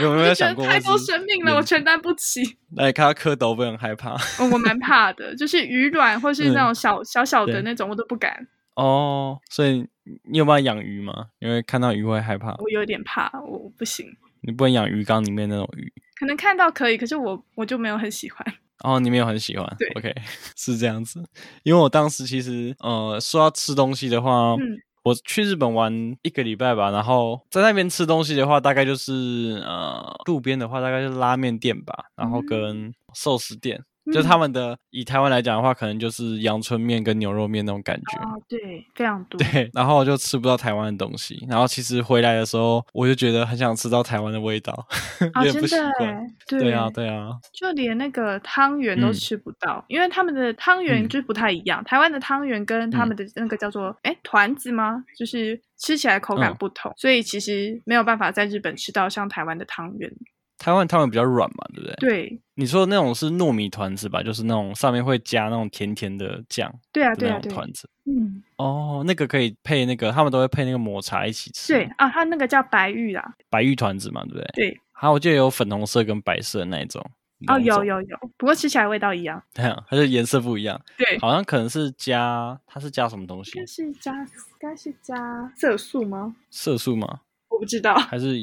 Speaker 2: 有没
Speaker 1: 我
Speaker 2: 有
Speaker 1: 就觉
Speaker 2: 想过
Speaker 1: 得
Speaker 2: 我
Speaker 1: 太
Speaker 2: 只
Speaker 1: 多
Speaker 2: 是
Speaker 1: 生命了，我
Speaker 2: 眼
Speaker 1: 承担不起。
Speaker 2: 来看到蝌蚪会很害怕
Speaker 1: 我我蛮怕的，就是鱼卵或是那
Speaker 2: 嗯
Speaker 1: 种小、小小的
Speaker 2: 对
Speaker 1: 那种，我都不敢，
Speaker 2: 哦。所以你有办法养鱼吗？因为看到鱼会害怕，
Speaker 1: 我有点怕，我我不行。
Speaker 2: 你不能养鱼缸里面那种鱼。
Speaker 1: 可能看到可以，可是我我就没有很喜欢。
Speaker 2: 哦，你没有很喜欢，
Speaker 1: 对
Speaker 2: ，OK，是 这样子。因为我当时其实，呃，说要吃东西的话，
Speaker 1: 嗯
Speaker 2: 我去日本玩一个礼拜吧，然后在那边吃东西的话，大概就是呃，路边的话大概就是拉面店吧，然后
Speaker 1: 嗯
Speaker 2: 跟寿司店，
Speaker 1: 嗯
Speaker 2: 就他们的以台湾来讲的话，可能就是阳春面跟牛肉面那种感觉。
Speaker 1: 哦，对，非常多。
Speaker 2: 对， 然后我就吃不到台湾的东西，然后其实回来的时候，我就觉得很想吃到台湾的味道，
Speaker 1: 啊，
Speaker 2: 有
Speaker 1: 真
Speaker 2: 点不习
Speaker 1: 的
Speaker 2: 惯。
Speaker 1: 欸，
Speaker 2: 对啊，对啊，
Speaker 1: 就连那个汤圆都
Speaker 2: 嗯
Speaker 1: 吃不到，因为他们的汤圆
Speaker 2: 嗯
Speaker 1: 就是不太一样。台湾的汤圆跟他们的那个叫做哎、诶团子吗？就是吃起来口感
Speaker 2: 嗯
Speaker 1: 不同，所以其实没有办法在日本吃到像台湾的汤圆。
Speaker 2: 台湾汤圆比较软嘛，对不对？
Speaker 1: 对，
Speaker 2: 你说的那种是糯米团子吧？就是那种上面会加那种甜甜的酱
Speaker 1: 对啊，
Speaker 2: 的
Speaker 1: 对
Speaker 2: 那
Speaker 1: 啊，
Speaker 2: 种
Speaker 1: 对啊，
Speaker 2: 团子。
Speaker 1: 嗯，
Speaker 2: 哦，那个可以配那个，他们都会配那个抹茶一起吃。
Speaker 1: 对，啊，它那个叫白玉啊，
Speaker 2: 白玉团子嘛，对不对？
Speaker 1: 对，
Speaker 2: 好，我记得有粉红色跟白色的那一种。
Speaker 1: 哦，
Speaker 2: 两
Speaker 1: 有
Speaker 2: 种，
Speaker 1: 有有，不过吃起来味道一样。
Speaker 2: 对啊， 它就颜色不一样，
Speaker 1: 对，
Speaker 2: 好像可能是加，它是加什么东西
Speaker 1: 应该？是加，应该是加色素吗？
Speaker 2: 色素吗？
Speaker 1: 我不知道，
Speaker 2: 还是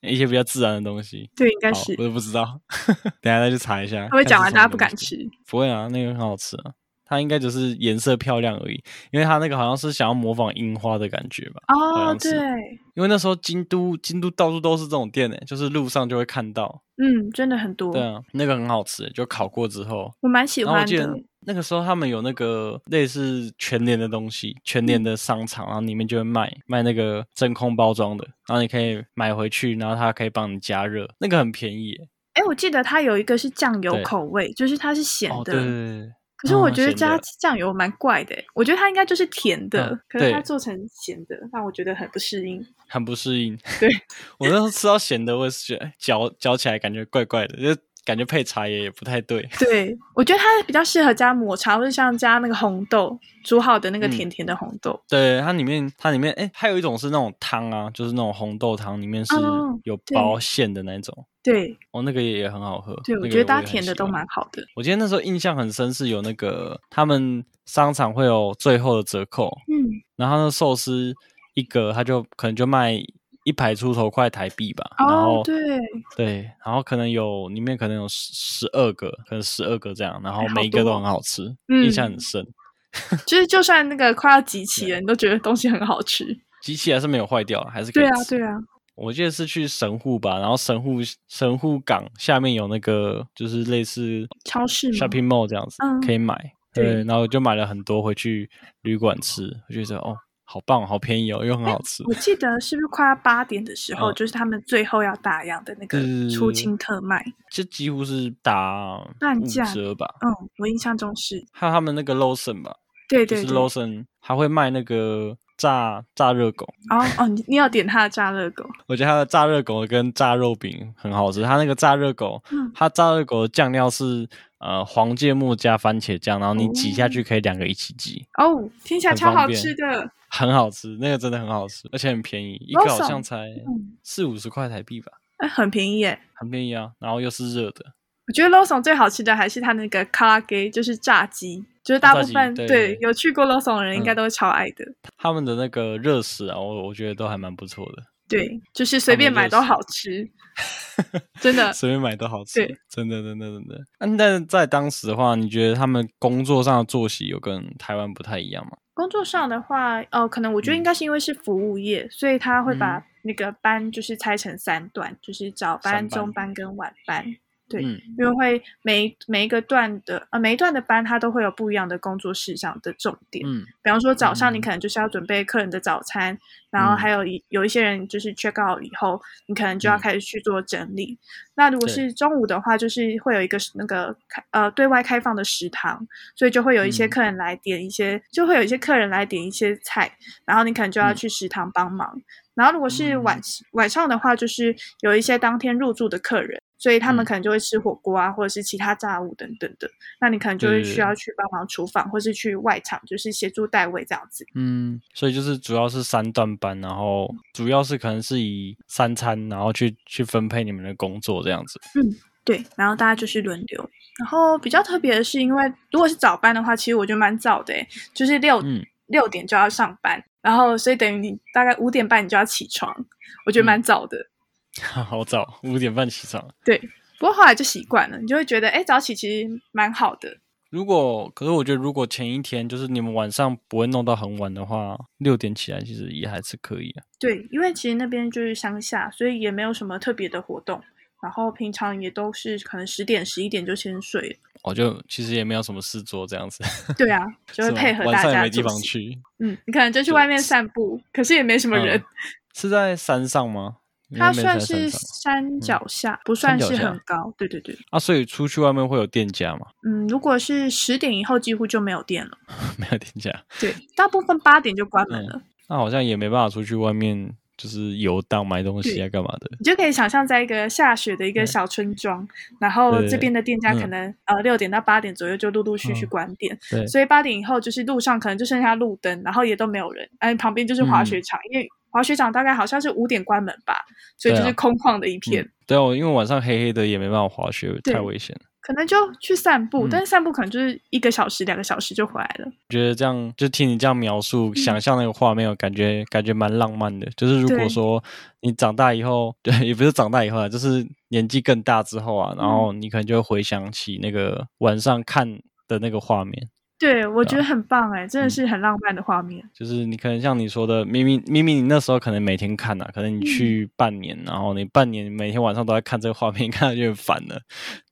Speaker 2: 一些比较自然的东西？
Speaker 1: 对，应该
Speaker 2: 好
Speaker 1: 是，。
Speaker 2: 我都不知道， 等一下再去查一下。
Speaker 1: 他会
Speaker 2: 看
Speaker 1: 讲
Speaker 2: 是
Speaker 1: 完，
Speaker 2: 什
Speaker 1: 大家
Speaker 2: 么
Speaker 1: 不
Speaker 2: 东
Speaker 1: 敢
Speaker 2: 西
Speaker 1: 吃。
Speaker 2: 不会啊，那个很好吃啊。它应该只是颜色漂亮而已，因为它那个好像是想要模仿樱花的感觉吧。
Speaker 1: 哦，
Speaker 2: 像是
Speaker 1: 对，
Speaker 2: 因为那时候京都京都到处都是这种店呢、就是路上就会看到。
Speaker 1: 嗯，真的很多。
Speaker 2: 对啊，那个很好吃、就烤过之后。
Speaker 1: 我蛮喜
Speaker 2: 然后我
Speaker 1: 欢
Speaker 2: 记
Speaker 1: 的
Speaker 2: 得。那个时候他们有那个类似全联的东西，全联的商场，然后里面就会卖卖那个真空包装的，然后你可以买回去，然后它可以帮你加热，那个很便宜欸、
Speaker 1: 哎，我记得它有一个是酱油
Speaker 2: 对
Speaker 1: 口味，就是它是咸
Speaker 2: 哦，
Speaker 1: 的。
Speaker 2: 对对对对。
Speaker 1: 可是我
Speaker 2: 嗯
Speaker 1: 觉得
Speaker 2: 咸
Speaker 1: 加
Speaker 2: 的
Speaker 1: 酱油蛮怪的，我觉得它应该就是甜的，
Speaker 2: 嗯
Speaker 1: 可是它
Speaker 2: 对
Speaker 1: 做成咸的，让我觉得很不适应。
Speaker 2: 很不适应。
Speaker 1: 对
Speaker 2: 我那时候吃到咸的，我也是觉得哎嚼嚼起来感觉怪怪的，就感觉配茶叶也不太对。
Speaker 1: 对，我觉得它比较适合加抹茶，或者像加那个红豆煮好的那个
Speaker 2: 嗯
Speaker 1: 甜甜的红豆。
Speaker 2: 对，它里面它里面哎、还有一种是那种汤啊，就是那种红豆汤，里面是
Speaker 1: 哦
Speaker 2: 有
Speaker 1: 对
Speaker 2: 包馅的那种。
Speaker 1: 对
Speaker 2: 哦，那个也也很好喝。
Speaker 1: 对，我
Speaker 2: 那个
Speaker 1: 觉得
Speaker 2: 也
Speaker 1: 搭
Speaker 2: 很
Speaker 1: 甜的
Speaker 2: 喜
Speaker 1: 都
Speaker 2: 欢
Speaker 1: 蛮好的。
Speaker 2: 我记得那时候印象很深，是有那个他们商场会有最后的折扣，
Speaker 1: 嗯，
Speaker 2: 然后那寿司一个，他就可能就卖一百出头块台币吧，然
Speaker 1: 哦
Speaker 2: 后，
Speaker 1: 对，
Speaker 2: 对，然后可能有里面可能有十十二个，可能十二个这样，然后
Speaker 1: 哎好
Speaker 2: 每一个
Speaker 1: 多
Speaker 2: 都
Speaker 1: 哦
Speaker 2: 很好吃，
Speaker 1: 嗯
Speaker 2: 印象很深。
Speaker 1: 就是就算那个快要集齐了，你都觉得东西很好吃。
Speaker 2: 机器还是没有坏掉，还是可以
Speaker 1: 对啊，
Speaker 2: 吃
Speaker 1: 对啊，
Speaker 2: 我记得是去神户吧，然后神户神户港下面有那个就是类似
Speaker 1: 超市吗
Speaker 2: shopping mall 这样子，
Speaker 1: 嗯
Speaker 2: 可以买。
Speaker 1: 对
Speaker 2: 对，然后我就买了很多回去旅馆吃，我就觉得哦，好棒，好便宜哦，又很好吃。
Speaker 1: 哎我记得是不是快要八点的时候，
Speaker 2: 嗯
Speaker 1: 就是他们最后要打烊的那个
Speaker 2: 是
Speaker 1: 出清特卖。
Speaker 2: 这几乎是打
Speaker 1: 半
Speaker 2: 五
Speaker 1: 价
Speaker 2: 折吧，
Speaker 1: 嗯，我印象中是，
Speaker 2: 还有他们那个 Lawson 吧，
Speaker 1: 对
Speaker 2: 就
Speaker 1: 对
Speaker 2: 是
Speaker 1: 对。
Speaker 2: Lawson 还会卖那个炸炸热狗，
Speaker 1: 哦哦，你你有点他的炸热狗，
Speaker 2: 我觉得它的炸热狗跟炸肉饼很好吃。它那个炸热狗，
Speaker 1: 嗯
Speaker 2: 它炸热狗的酱料是呃黄芥末加番茄酱，然后你挤下去可以两个一起挤，
Speaker 1: 哦，听起来
Speaker 2: 很
Speaker 1: 超
Speaker 2: 方
Speaker 1: 好
Speaker 2: 便
Speaker 1: 吃的。
Speaker 2: 很好吃，那个真的很好吃，而且很便宜，一个好像才
Speaker 1: 嗯，
Speaker 2: 四五十块台币吧，
Speaker 1: 哎，很便宜耶。
Speaker 2: 很便宜啊。然后又是热的，
Speaker 1: 我觉得 Lawson 最好吃的还是它那个卡拉给，就是炸鸡，就是大
Speaker 2: 哦炸
Speaker 1: 部
Speaker 2: 鸡
Speaker 1: 分
Speaker 2: 对对对
Speaker 1: 有去过 Lawson 的人应该
Speaker 2: 嗯
Speaker 1: 都会超爱的。
Speaker 2: 他们的那个热食啊，我我觉得都还蛮不错的，
Speaker 1: 对，就是随
Speaker 2: 他们
Speaker 1: 便买
Speaker 2: 热
Speaker 1: 都
Speaker 2: 食
Speaker 1: 好吃， 真的。
Speaker 2: 随便买都好吃
Speaker 1: 对，
Speaker 2: 真的真的真的。嗯，但是在当时的话，你觉得他们工作上的作息有跟台湾不太一样吗？
Speaker 1: 工作上的话，哦，可能我觉得应
Speaker 2: 嗯
Speaker 1: 该是因为是服务业，所以他会
Speaker 2: 嗯
Speaker 1: 把那个班就是拆成三段，就是早班、
Speaker 2: 三班
Speaker 1: 中班跟晚班。对
Speaker 2: 嗯，
Speaker 1: 因为会每一每一个段的呃每一段的班，它都会有不一样的工作事项的重点。
Speaker 2: 嗯
Speaker 1: 比方说早上你
Speaker 2: 嗯
Speaker 1: 可能就是要准备客人的早餐，然后还有一有一些人就是 check out 以后，你可能就要
Speaker 2: 嗯
Speaker 1: 开始去做整理。那如果
Speaker 2: 对
Speaker 1: 是中午的话，就是会有一个那个开呃对外开放的食堂，所以就会有一些
Speaker 2: 嗯
Speaker 1: 客人来点一些，就会有一些客人来点一些菜，然后你可能就要
Speaker 2: 嗯
Speaker 1: 去食堂帮忙。然后如果是晚、晚上的话，就是有一些当天入住的客人，所以他们
Speaker 2: 嗯
Speaker 1: 可能就会吃火锅啊，或者是其他炸物等等的。那你可能就
Speaker 2: 对
Speaker 1: 会
Speaker 2: 对
Speaker 1: 需
Speaker 2: 对
Speaker 1: 要去帮忙厨房，或是去外场，就是协助代位这样子。
Speaker 2: 嗯，所以就是主要是三段班，然后主要是可能是以三餐，然后去去分配你们的工作这样子。
Speaker 1: 对，然后大家就是轮流。然后比较特别的是，因为如果是早班的话，其实我觉得蛮早的欸，就是六
Speaker 2: 嗯
Speaker 1: 六、点就要上班，然后所以等于你大概五点半你就要起床，我觉得
Speaker 2: 嗯
Speaker 1: 蛮早的。
Speaker 2: 好早，五点半起床。
Speaker 1: 不过后来就习惯了，你就会觉得，哎，早起其实蛮好的。
Speaker 2: 如果可是我觉得，如果前一天就是你们晚上不会弄到很晚的话，六点起来其实也还是可以、啊。
Speaker 1: 对，因为其实那边就是乡下，所以也没有什么特别的活动，然后平常也都是可能十点十一点就先睡了。
Speaker 2: 我、就其实也没有什么事做这样子，
Speaker 1: 对啊，就会
Speaker 2: 是吗
Speaker 1: 配合
Speaker 2: 晚
Speaker 1: 大
Speaker 2: 上也
Speaker 1: 家
Speaker 2: 没地
Speaker 1: 作
Speaker 2: 方
Speaker 1: 息。
Speaker 2: 去。
Speaker 1: 嗯，你可能就去外面散步，可是也没什么人。
Speaker 2: 嗯是在山上吗？应该
Speaker 1: 它
Speaker 2: 没有
Speaker 1: 算
Speaker 2: 在山
Speaker 1: 是
Speaker 2: 上
Speaker 1: 山脚下，不
Speaker 2: 山
Speaker 1: 算
Speaker 2: 脚
Speaker 1: 是
Speaker 2: 下
Speaker 1: 很高。对对对，
Speaker 2: 啊，所以出去外面会有店家吗？
Speaker 1: 嗯，如果是十点以后，几乎就没有店了。
Speaker 2: 没有店家，
Speaker 1: 对，大部分八点就关门
Speaker 2: 嗯
Speaker 1: 了。
Speaker 2: 那好像也没办法出去外面就是游荡买东西啊，干嘛的。
Speaker 1: 你就可以想象，在一个下雪的一个
Speaker 2: 嗯
Speaker 1: 小村庄，然后
Speaker 2: 对
Speaker 1: 这边的店家可
Speaker 2: 嗯
Speaker 1: 能、呃六点到八点左右就陆陆续续
Speaker 2: 嗯
Speaker 1: 关店，
Speaker 2: 对
Speaker 1: 所以八点以后就是路上可能就剩下路灯，然后也都没有人。哎，旁边就是滑
Speaker 2: 嗯
Speaker 1: 雪场，因为滑雪场大概好像是五点关门吧，所以
Speaker 2: 对
Speaker 1: 就
Speaker 2: 啊
Speaker 1: 是空旷的一片。
Speaker 2: 嗯对啊，我因为晚上黑黑的也没办法滑雪，
Speaker 1: 对
Speaker 2: 太危险了。
Speaker 1: 可能就去散步，
Speaker 2: 嗯
Speaker 1: 但是散步可能就是一个小时、两个小时就回来了。
Speaker 2: 觉得这样就听你这样描述，想象那个画面，我感觉感觉蛮浪漫的。就是如果
Speaker 1: 嗯对
Speaker 2: 说你长大以后，对，也不是长大以后啊，就是年纪更大之后啊，
Speaker 1: 嗯
Speaker 2: 然后你可能就会回想起那个晚上看的那个画面。
Speaker 1: 对，我
Speaker 2: 对啊
Speaker 1: 觉得很棒哎、真
Speaker 2: 嗯
Speaker 1: 的是很浪漫的画面。
Speaker 2: 就是你可能像你说的，明明明明你那时候可能每天看啊，可能
Speaker 1: 嗯
Speaker 2: 你去半年，然后你半年每天晚上都在看这个画面， 看了就很烦了，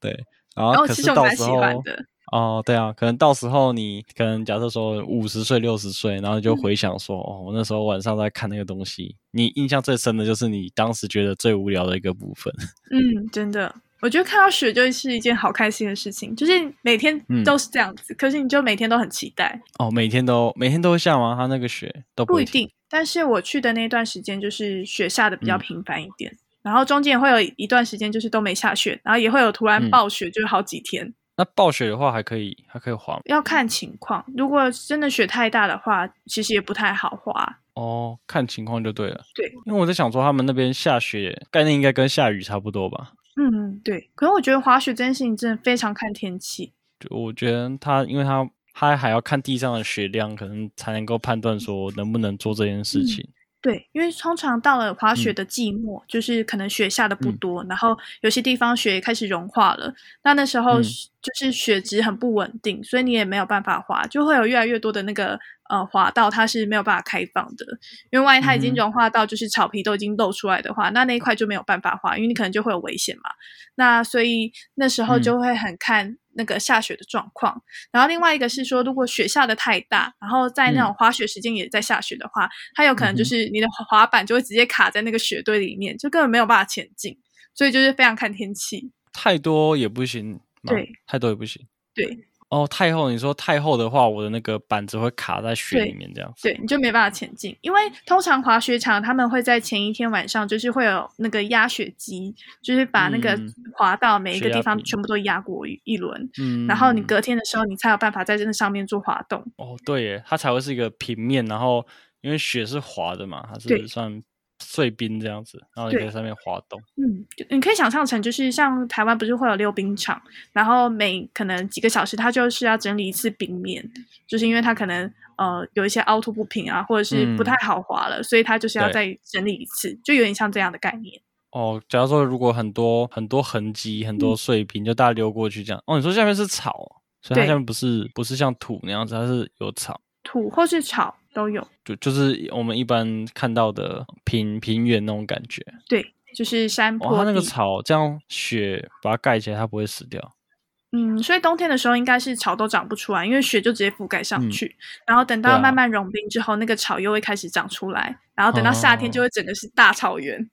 Speaker 2: 对。然
Speaker 1: 然
Speaker 2: 后
Speaker 1: 后
Speaker 2: 啊可
Speaker 1: 哦其
Speaker 2: 是
Speaker 1: 实我
Speaker 2: 到
Speaker 1: 蛮
Speaker 2: 时
Speaker 1: 喜
Speaker 2: 候
Speaker 1: 欢的，
Speaker 2: 哦，对啊，可能到时候你可能假设说五十岁、六十岁，然后就
Speaker 1: 嗯
Speaker 2: 回想说，哦，我那时候晚上在看那个东西，你印象最深的就是你当时觉得最无聊的一个部分。
Speaker 1: 嗯，真的。我觉得看到雪就是一件好开心的事情，就是每天
Speaker 2: 嗯
Speaker 1: 都是这样子，可是你就每天都很期待，
Speaker 2: 哦，每天都每天都会下吗？它那个雪都不
Speaker 1: 不
Speaker 2: 会
Speaker 1: 一
Speaker 2: 停
Speaker 1: 定。但是我去的那段时间，就是雪下的比较
Speaker 2: 嗯
Speaker 1: 频繁一点，然后中间也会有一段时间就是都没下雪，然后也会有突然
Speaker 2: 嗯
Speaker 1: 暴雪，就是好几天，
Speaker 2: 那暴雪的话还可以，还可以滑吗
Speaker 1: 要看情况。如果真的雪太大的话，其实也不太好滑。
Speaker 2: 哦，看情况就对了。
Speaker 1: 对，
Speaker 2: 因为我在想说他们那边下雪概念应该跟下雨差不多吧。
Speaker 1: 嗯，对。可是我觉得滑雪这件事情真的非常看天气，
Speaker 2: 就我觉得他，因为他他还要看地上的雪量，可能才能够判断说能不能做这件事
Speaker 1: 嗯
Speaker 2: 情。
Speaker 1: 对，因为通常到了滑
Speaker 2: 嗯
Speaker 1: 雪的季末，就是可能雪下的不多，然后有些地方雪也开始融化了，那那时候
Speaker 2: 嗯
Speaker 1: 就是雪质很不稳定，所以你也没有办法滑，就会有越来越多的那个呃滑道它是没有办法开放的，因为万一它已经
Speaker 2: 嗯哼
Speaker 1: 融化到就是草皮都已经露出来的话，那那一块就没有办法滑，因为你可能就会有危险嘛。那所以那时候
Speaker 2: 嗯
Speaker 1: 就会很看那个下雪的状况。然后另外一个是说，如果雪下的太大，然后在那种滑雪时间也在下雪的话，它有可能就
Speaker 2: 嗯嗯哼
Speaker 1: 是你的滑板就会直接卡在那个雪堆里面，就根本没有办法前进。所以就是非常看天气。
Speaker 2: 太多也不行嘛，
Speaker 1: 对，
Speaker 2: 太多也不行。
Speaker 1: 对
Speaker 2: 哦，太厚，你说太厚的话，我的那个板子会卡在雪
Speaker 1: 对
Speaker 2: 里面，这样子。
Speaker 1: 对，你就没办法前进，因为通常滑雪场他们会在前一天晚上，就是会有那个压雪机，就是把那个
Speaker 2: 嗯
Speaker 1: 滑道每一个
Speaker 2: 雪压
Speaker 1: 地方
Speaker 2: 平
Speaker 1: 全部都压过一一轮，
Speaker 2: 嗯，
Speaker 1: 然后你隔天的时候，你才有办法在这上面做滑动。
Speaker 2: 哦，对耶，它才会是一个平面，然后因为雪是滑的嘛，它
Speaker 1: 对
Speaker 2: 是算碎冰这样子，然后你可以
Speaker 1: 对
Speaker 2: 在上面滑动。
Speaker 1: 嗯，就你可以想象成，就是像台湾不是会有溜冰场，然后每可能几个小时，它就是要整理一次冰面，就是因为它可能呃有一些凹凸不平啊，或者是不
Speaker 2: 嗯
Speaker 1: 太好滑了，所以它就是要
Speaker 2: 对
Speaker 1: 再整理一次，就有点像这样的概念。
Speaker 2: 哦，假如说如果很多很多痕迹、很
Speaker 1: 嗯
Speaker 2: 多碎冰，就大家溜过去这样。哦，你说下面是草，所以它
Speaker 1: 对
Speaker 2: 下面不是不是像土那样子，它是有草，
Speaker 1: 土或是草都有，
Speaker 2: 就就是我们一般看到的平平原那种感觉。
Speaker 1: 对，就是山
Speaker 2: 哦，它
Speaker 1: 坡
Speaker 2: 那个
Speaker 1: 地
Speaker 2: 草这样雪把它盖起来，它不会死掉。
Speaker 1: 嗯，所以冬天的时候应该是草都长不出来，因为雪就直接覆盖上
Speaker 2: 嗯
Speaker 1: 去，然后等
Speaker 2: 对
Speaker 1: 到
Speaker 2: 啊
Speaker 1: 慢慢融冰之后，那个草又会开始长出来，然后等到夏天就
Speaker 2: 哦
Speaker 1: 会整个是大草原。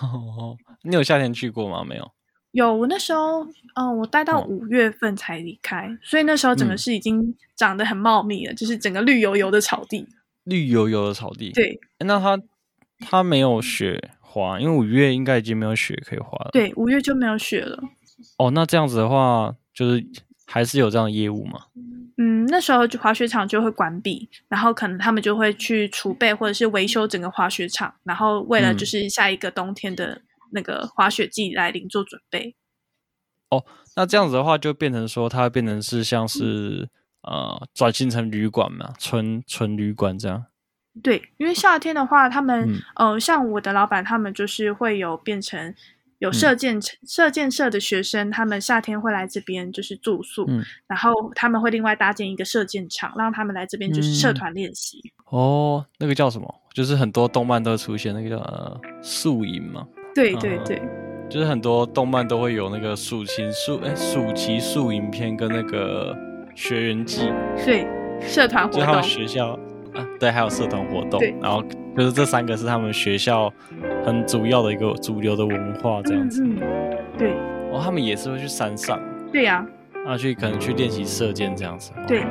Speaker 2: 哦，你有夏天去过吗？没有。
Speaker 1: 有，我那时候，嗯、我待到
Speaker 2: 哦
Speaker 1: 五月份才离开，所以那时候整个
Speaker 2: 嗯
Speaker 1: 是已经长得很茂密了，就是整个绿油油的草地。
Speaker 2: 绿油油的草地。
Speaker 1: 对嗯
Speaker 2: 诶，那它它没有雪滑，因为五月应该已经没有雪可以滑了。
Speaker 1: 对，五月就没有雪了。
Speaker 2: 哦，那这样子的话，就是还是有这样的业务嘛？
Speaker 1: 嗯，那时候就滑雪场就会关闭，然后可能他们就会去储备或者是维修整个滑雪场，然后为了就
Speaker 2: 嗯
Speaker 1: 是下一个冬天的那个滑雪季来临做准备。
Speaker 2: 那这样子的话，就变成说它变成是像是呃转型成旅馆嘛，纯纯旅馆这样。
Speaker 1: 对，因为夏天的话，他们、
Speaker 2: 嗯
Speaker 1: 呃，像我的老板，他们就是会有变成有
Speaker 2: 嗯
Speaker 1: 射箭、射箭社的学生，他们夏天会来这边就是住宿，
Speaker 2: 嗯
Speaker 1: 然后他们会另外搭建一个射箭场，让他们来这边就是社
Speaker 2: 嗯
Speaker 1: 团练习。
Speaker 2: 哦，那个叫什么？就是很多动漫都会出现那个叫呃宿营嘛，
Speaker 1: 对对
Speaker 2: 啊
Speaker 1: 对，
Speaker 2: 就是很多动漫都会有那个暑期宿哎暑期宿营片跟那个学员季。
Speaker 1: 对社团
Speaker 2: 就
Speaker 1: 活
Speaker 2: 是他
Speaker 1: 动
Speaker 2: 们，学校啊，对，还有社团活动
Speaker 1: 对，
Speaker 2: 然后就是这三个是他们学校很主要的一个主流的文化这样子。
Speaker 1: 嗯嗯，对
Speaker 2: 哦，他们也是会去山上
Speaker 1: 对呀、
Speaker 2: 啊，去可能去练习射箭这样子。哦
Speaker 1: 对，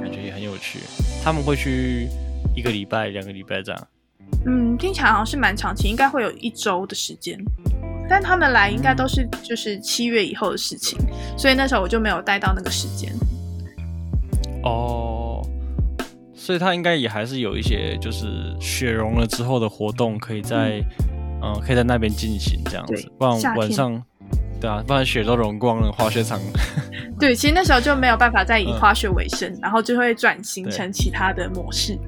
Speaker 2: 感觉也很有趣。他们会去一个礼拜、两个礼拜这样。
Speaker 1: 嗯，听起来好像是蛮长期，应该会有一周的时间。但他们来应该都是就是七月以后的事情，所以那时候我就没有待到那个时间。
Speaker 2: 哦，所以他应该也还是有一些就是雪融了之后的活动可以在嗯、可以在那边进行这样子
Speaker 1: 对，
Speaker 2: 不然
Speaker 1: 夏
Speaker 2: 晚
Speaker 1: 天
Speaker 2: 上。对啊，不然雪都融光了，滑雪场
Speaker 1: 对，其实那时候就没有办法再以
Speaker 2: 嗯
Speaker 1: 滑雪为生，然后就会转型
Speaker 2: 对
Speaker 1: 成其他的模式。